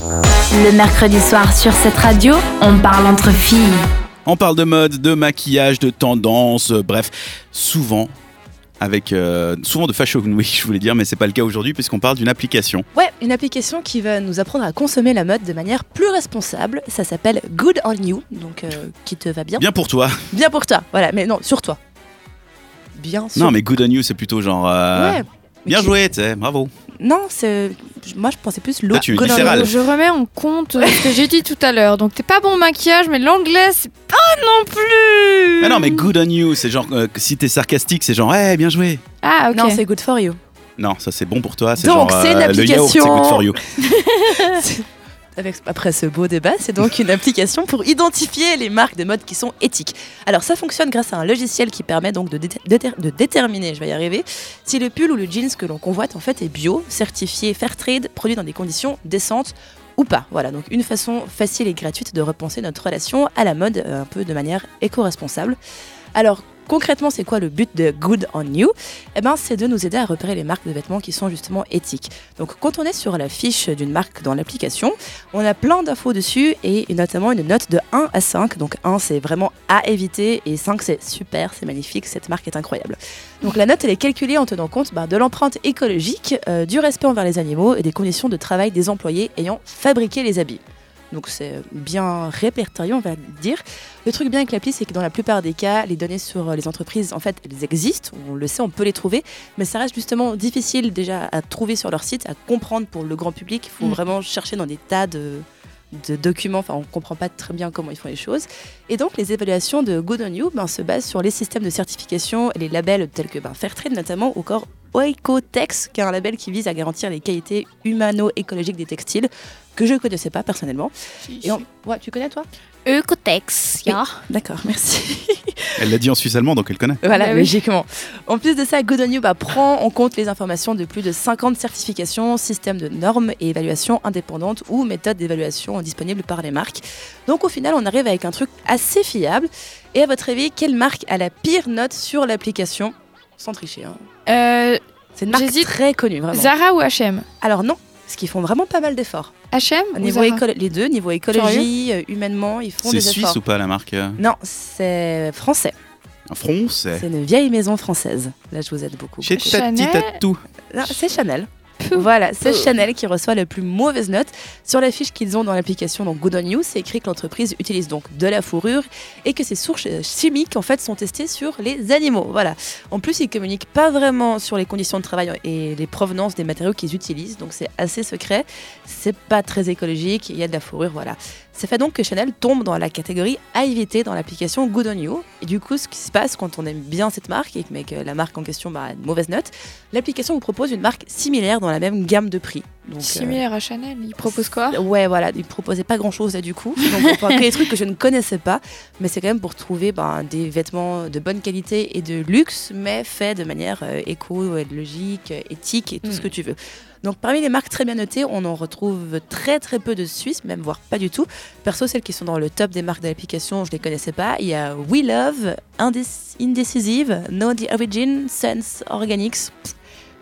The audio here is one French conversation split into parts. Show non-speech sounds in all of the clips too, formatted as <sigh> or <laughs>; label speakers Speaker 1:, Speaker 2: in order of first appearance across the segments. Speaker 1: Le mercredi soir sur cette radio, on parle entre filles.
Speaker 2: On parle de mode, de maquillage, de tendance, euh, bref, souvent avec euh, souvent de Fashion Week, <laughs> je voulais dire, mais c'est pas le cas aujourd'hui puisqu'on parle d'une application.
Speaker 3: Ouais, une application qui va nous apprendre à consommer la mode de manière plus responsable. Ça s'appelle Good on You, donc euh, qui te va bien.
Speaker 2: Bien pour toi.
Speaker 3: Bien pour toi, voilà, mais non, sur toi. Bien sûr.
Speaker 2: Non, mais good on you, c'est plutôt genre euh,
Speaker 3: Ouais.
Speaker 2: bien
Speaker 3: Mais qui-
Speaker 2: joué, tu sais, bravo.
Speaker 3: Non, c'est moi je pensais plus
Speaker 2: Toi,
Speaker 3: l'autre.
Speaker 2: tu es
Speaker 3: Good on you.
Speaker 2: viscérale.
Speaker 4: Je remets en compte euh, ce que j'ai dit tout à l'heure. Donc t'es pas bon au maquillage, mais l'anglais c'est pas non plus.
Speaker 2: Mais Ah non, mais good on you, c'est genre euh, si t'es sarcastique, c'est genre eh bien joué.
Speaker 4: Ah ok.
Speaker 3: Non, c'est good for you.
Speaker 2: Non, ça c'est bon pour toi, c'est
Speaker 3: Donc,
Speaker 2: genre euh,
Speaker 3: c'est une
Speaker 2: le yaourt, c'est
Speaker 3: application.
Speaker 2: good for you.
Speaker 3: Avec- après ce beau débat, c'est donc une application pour identifier les marques de mode qui sont éthiques. Alors ça fonctionne grâce à un logiciel qui permet donc de, déter- déter- de déterminer, je vais y arriver, si le pull ou le jeans que l'on convoite en fait est bio, certifié Fairtrade, produit dans des conditions décentes ou pas. Voilà, donc une façon facile et gratuite de repenser notre relation à la mode euh, un peu de manière éco-responsable. Alors concrètement, c'est quoi le but de Good on You Eh ben, c'est de nous aider à repérer les marques de vêtements qui sont justement éthiques. Donc quand on est sur la fiche d'une marque dans l'application, on a plein d'infos dessus et notamment une note de 1 à 5. Donc 1 c'est vraiment à éviter et 5 c'est super, c'est magnifique, cette marque est incroyable. Donc la note elle est calculée en tenant compte bah, de l'empreinte écologique, euh, du respect envers les animaux et des conditions de travail des employés ayant fabriqué les habits. Donc c'est bien répertorié on va dire. Le truc bien avec l'appli c'est que dans la plupart des cas les données sur euh, les entreprises en fait elles existent, on le sait, on peut les trouver, mais ça reste justement difficile déjà à trouver sur leur site, à comprendre pour le grand public. Il faut
Speaker 4: Mm.
Speaker 3: vraiment chercher dans des tas de, de documents. Enfin, on ne comprend pas très bien comment ils font les choses. Et donc, les évaluations de Good on You ben, se basent sur les systèmes de certification et les labels tels que ben, Fairtrade notamment, ou encore Oecotex, qui est un label qui vise à garantir les qualités humano-écologiques des textiles que je ne connaissais pas personnellement. Et on- Ouais, tu connais toi
Speaker 4: Eucotex, ya.
Speaker 3: D'accord, merci.
Speaker 2: Elle l'a dit en suisse allemand, donc elle connaît.
Speaker 3: Voilà,
Speaker 4: Bah oui.
Speaker 3: logiquement. En plus de ça, Good On You bah, prend en compte les informations de plus de 50 certifications, systèmes de normes et évaluations indépendantes ou méthodes d'évaluation disponibles par les marques. Donc au final, on arrive avec un truc assez fiable. Et à votre avis, quelle marque a la pire note sur l'application Sans tricher. hein.
Speaker 4: Euh,
Speaker 3: C'est une marque
Speaker 4: J'hésite.
Speaker 3: très connue, vraiment.
Speaker 4: Zara ou H&M.
Speaker 3: Alors non, parce qu'ils font vraiment pas mal d'efforts.
Speaker 4: H&M
Speaker 3: Au
Speaker 4: ou
Speaker 3: Niveau
Speaker 4: Zara
Speaker 3: éco- les deux, niveau écologie, euh, humainement, ils font
Speaker 2: C'est
Speaker 3: des
Speaker 2: suisse
Speaker 3: efforts.
Speaker 2: ou pas la marque euh
Speaker 3: Non, c'est français.
Speaker 2: En France eh.
Speaker 3: C'est une vieille maison française. Là, je vous aide beaucoup.
Speaker 2: Chez
Speaker 3: beaucoup.
Speaker 2: Tati
Speaker 4: Chanel.
Speaker 2: Tatou.
Speaker 3: Non, c'est Chanel.
Speaker 4: Pou.
Speaker 3: Voilà, c'est
Speaker 4: Pou.
Speaker 3: Chanel qui reçoit la plus mauvaise note. Sur la fiche qu'ils ont dans l'application donc Good On You, c'est écrit que l'entreprise utilise donc de la fourrure et que ses sources euh, chimiques en fait sont testées sur les animaux. Voilà. En plus, ils communiquent pas vraiment sur les conditions de travail et les provenances des matériaux qu'ils utilisent, donc c'est assez secret. C'est pas très écologique, il y a de la fourrure, voilà. Ça fait donc que Chanel tombe dans la catégorie à éviter dans l'application Good On You. Et du coup, ce qui se passe quand on aime bien cette marque et que- mais que la marque en question bah, a une mauvaise note, l'application vous propose une marque similaire dans la même gamme de prix. Donc, euh,
Speaker 4: Similaire à Chanel. Il propose quoi
Speaker 3: Ouais, voilà, ils proposaient pas grand chose là du coup. Donc on prend que des trucs que je ne connaissais pas. Mais c'est quand même pour trouver ben, des vêtements de bonne qualité et de luxe, mais faits de manière euh, éco, euh, logique, euh, éthique et tout ce
Speaker 4: Mm.
Speaker 3: que tu veux. Donc parmi les marques très bien notées, on en retrouve très très peu de Suisse, même voire pas du tout. Perso, celles qui sont dans le top des marques de l'application, je les connaissais pas. Il y a We Love, Indec- Indecisive, Know the Origin, Sense Organics. Pff,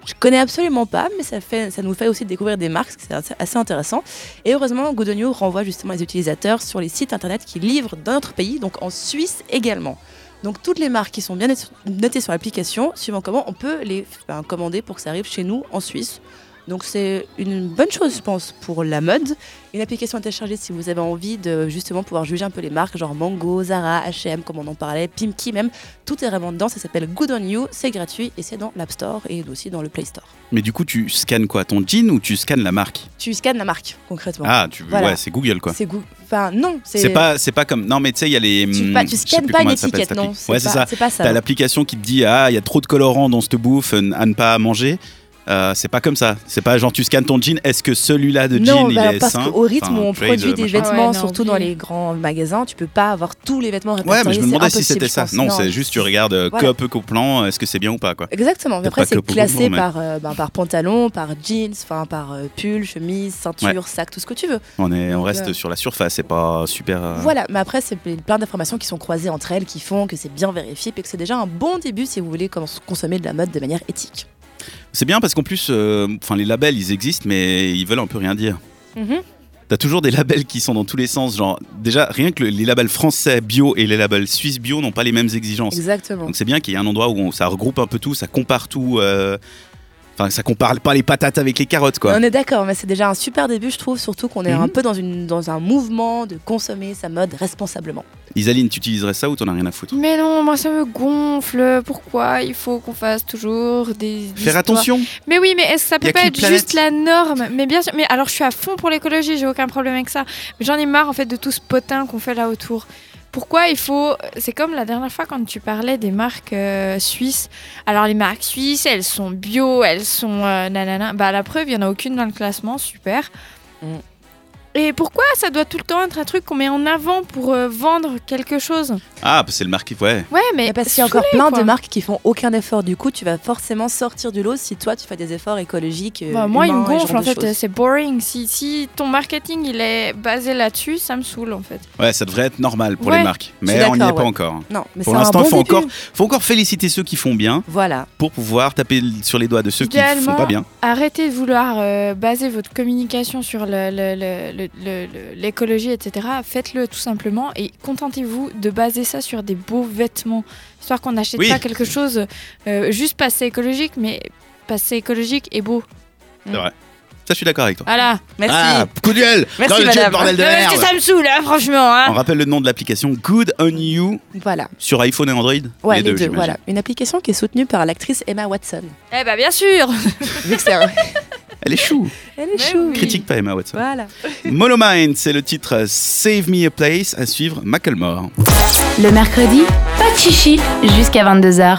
Speaker 3: Je connais absolument pas, mais ça, fait, ça nous fait aussi découvrir des marques, c'est assez- assez intéressant. Et heureusement, Good On You renvoie justement les utilisateurs sur les sites internet qui livrent dans notre pays, donc en Suisse également. Donc toutes les marques qui sont bien notées sur l'application, suivant comment on peut les ben, commander pour que ça arrive chez nous en Suisse. Donc c'est une bonne chose, je pense, pour la mode. Une application à télécharger si vous avez envie de justement pouvoir juger un peu les marques, genre Mango, Zara, H&M, comme on en parlait, Pimki même. Tout est vraiment dedans. Ça s'appelle Good on You. C'est gratuit et c'est dans l'App Store et aussi dans le Play Store.
Speaker 2: Mais du coup, tu scannes quoi Ton jean ou tu scannes la marque
Speaker 3: Tu scannes la marque concrètement.
Speaker 2: Ah, tu
Speaker 3: Voilà.
Speaker 2: ouais, c'est Google quoi.
Speaker 3: C'est Google. Enfin non,
Speaker 2: C'est pas, c'est pas comme. Non, mais tu sais, il y a les.
Speaker 3: Tu,
Speaker 2: hum,
Speaker 3: pas,
Speaker 2: je
Speaker 3: tu
Speaker 2: sais
Speaker 3: scannes
Speaker 2: plus
Speaker 3: pas une
Speaker 2: comment elle s'appelle, cette
Speaker 3: étiquette, non.
Speaker 2: appli. Ouais, c'est ça.
Speaker 3: C'est pas ça.
Speaker 2: T'as l'application qui te dit Ah, il y a trop de colorants dans cette bouffe, euh, à ne pas manger. Euh, c'est pas comme ça. C'est pas genre tu scannes ton jean, est-ce que celui-là de
Speaker 3: non,
Speaker 2: jean
Speaker 3: bah,
Speaker 2: il est
Speaker 3: parce
Speaker 2: sain
Speaker 3: qu'au rythme où on
Speaker 2: Enfin, trade,
Speaker 3: produit des
Speaker 2: machin.
Speaker 4: machin.
Speaker 3: vêtements,
Speaker 4: Ouais, non,
Speaker 3: surtout dans
Speaker 4: oublie.
Speaker 3: les grands magasins, tu peux pas avoir tous les vêtements
Speaker 2: Ouais, mais je
Speaker 3: répertoriés.
Speaker 2: me
Speaker 3: c'est
Speaker 2: demandais si
Speaker 3: impossible,
Speaker 2: c'était
Speaker 3: je
Speaker 2: ça.
Speaker 3: pense.
Speaker 2: Non, c'est juste tu regardes euh,
Speaker 3: Voilà.
Speaker 2: coop au plan, est-ce que c'est bien ou pas quoi.
Speaker 3: Exactement. Mais
Speaker 2: C'est
Speaker 3: après,
Speaker 2: pas que
Speaker 3: c'est
Speaker 2: pour
Speaker 3: classé
Speaker 2: vêtements, mais-
Speaker 3: par, euh, ben, par pantalon, par jeans, enfin par euh, pull, chemise, ceinture, sac, tout ce que tu veux.
Speaker 2: On, est, on
Speaker 3: Donc,
Speaker 2: reste
Speaker 3: euh,
Speaker 2: sur la surface, c'est pas super. euh,
Speaker 3: Voilà, mais après, c'est plein d'informations qui sont croisées entre elles, qui font que c'est bien vérifié, puis que c'est déjà un bon début si vous voulez cons- consommer de la mode de manière éthique. Mhm.
Speaker 2: C'est bien parce qu'en plus, euh, enfin les labels ils existent, mais ils veulent un peu rien dire. T'as T'as toujours des labels qui sont dans tous les sens. Genre, déjà, rien que le- les labels français bio et les labels suisses bio n'ont pas les mêmes exigences.
Speaker 3: Exactement.
Speaker 2: Donc c'est bien qu'il y ait un endroit où on- ça regroupe un peu tout, ça compare tout. euh, Enfin, ça compare pas les patates avec les carottes, quoi.
Speaker 3: On est d'accord, mais c'est déjà un super début, je trouve, surtout qu'on est
Speaker 2: Mhm.
Speaker 3: un peu dans, une, dans un mouvement de consommer sa mode responsablement.
Speaker 2: Isaline, tu utiliserais ça ou t'en as rien à foutre
Speaker 4: Mais non, moi ça me gonfle. Pourquoi il faut qu'on fasse toujours des. des
Speaker 2: Faire
Speaker 4: histoires
Speaker 2: attention
Speaker 4: Mais oui, mais est-ce que ça
Speaker 2: Y
Speaker 4: peut
Speaker 2: a
Speaker 4: pas
Speaker 2: qu'une
Speaker 4: être
Speaker 2: planète.
Speaker 4: juste la norme Mais bien sûr, mais alors je suis à fond pour l'écologie, j'ai aucun problème avec ça. Mais j'en ai marre en fait de tout ce potin qu'on fait là autour. Pourquoi il faut C'est comme la dernière fois quand tu parlais des marques euh, suisses. Alors les marques suisses, elles sont bio, elles sont euh, nanana. Bah la preuve, il y en a aucune dans le classement, super.
Speaker 3: Mm.
Speaker 4: Et pourquoi ça doit tout le temps être un truc qu'on met en avant pour euh, vendre quelque chose
Speaker 2: Ah, parce que c'est le marqué, ouais.
Speaker 4: Ouais, mais
Speaker 3: parce qu'il y a encore
Speaker 4: saoulez,
Speaker 3: plein
Speaker 4: quoi.
Speaker 3: de marques qui font aucun effort, du coup, tu vas forcément sortir du lot si toi tu fais des efforts écologiques. euh,
Speaker 4: Bah, moi, il me
Speaker 3: humains et ce
Speaker 4: gonfle
Speaker 3: genre
Speaker 4: en
Speaker 3: de
Speaker 4: fait,
Speaker 3: choses.
Speaker 4: euh, c'est boring. Si, si ton marketing il est basé là-dessus, ça me saoule en fait.
Speaker 2: Ouais, ça devrait être normal pour
Speaker 4: Ouais,
Speaker 2: les marques.
Speaker 3: je suis
Speaker 2: Mais on n'y est
Speaker 3: d'accord,
Speaker 2: pas
Speaker 3: ouais.
Speaker 2: encore.
Speaker 4: euh,
Speaker 3: Non, mais c'est
Speaker 2: Pour
Speaker 3: un
Speaker 2: l'instant,
Speaker 3: bon
Speaker 2: faut
Speaker 3: début.
Speaker 2: encore, faut encore féliciter ceux qui font bien
Speaker 3: Voilà.
Speaker 2: pour pouvoir taper sur les doigts de ceux qui font
Speaker 4: Idéalement,
Speaker 2: pas bien.
Speaker 4: Arrêtez de vouloir euh, baser votre communication sur le- le- le- le- le- le- l'écologie, etc. Faites-le tout simplement et contentez-vous de baser ça sur des beaux vêtements, histoire qu'on n'achète
Speaker 2: Oui.
Speaker 4: pas quelque chose euh, juste parce que c'est écologique, mais parce que c'est écologique et beau.
Speaker 3: Mm.
Speaker 2: Ça, je suis d'accord avec toi.
Speaker 4: Voilà.
Speaker 3: Merci.
Speaker 2: Ah, coup de gueule
Speaker 3: Merci,
Speaker 2: Dans le jet,
Speaker 3: madame. Oh.
Speaker 2: bordel de
Speaker 4: Non, parce que
Speaker 2: merde
Speaker 4: ça me saoule, hein, franchement. hein.
Speaker 2: On rappelle le nom de l'application Good on You
Speaker 3: Voilà.
Speaker 2: sur iPhone et Android
Speaker 3: Ouais, les, deux,
Speaker 2: j'imagine.
Speaker 3: voilà. Une application qui est soutenue par l'actrice Emma Watson.
Speaker 4: Eh bah bien sûr.
Speaker 3: Vu que c'est un-
Speaker 2: Elle est chou
Speaker 3: Elle est
Speaker 4: Mais
Speaker 3: chou.
Speaker 4: oui.
Speaker 2: Critique pas Emma Watson.
Speaker 3: Voilà.
Speaker 2: Monomind, c'est le titre Save Me a Place à suivre Macklemore.
Speaker 1: Le mercredi, pas de chichi jusqu'à 22h.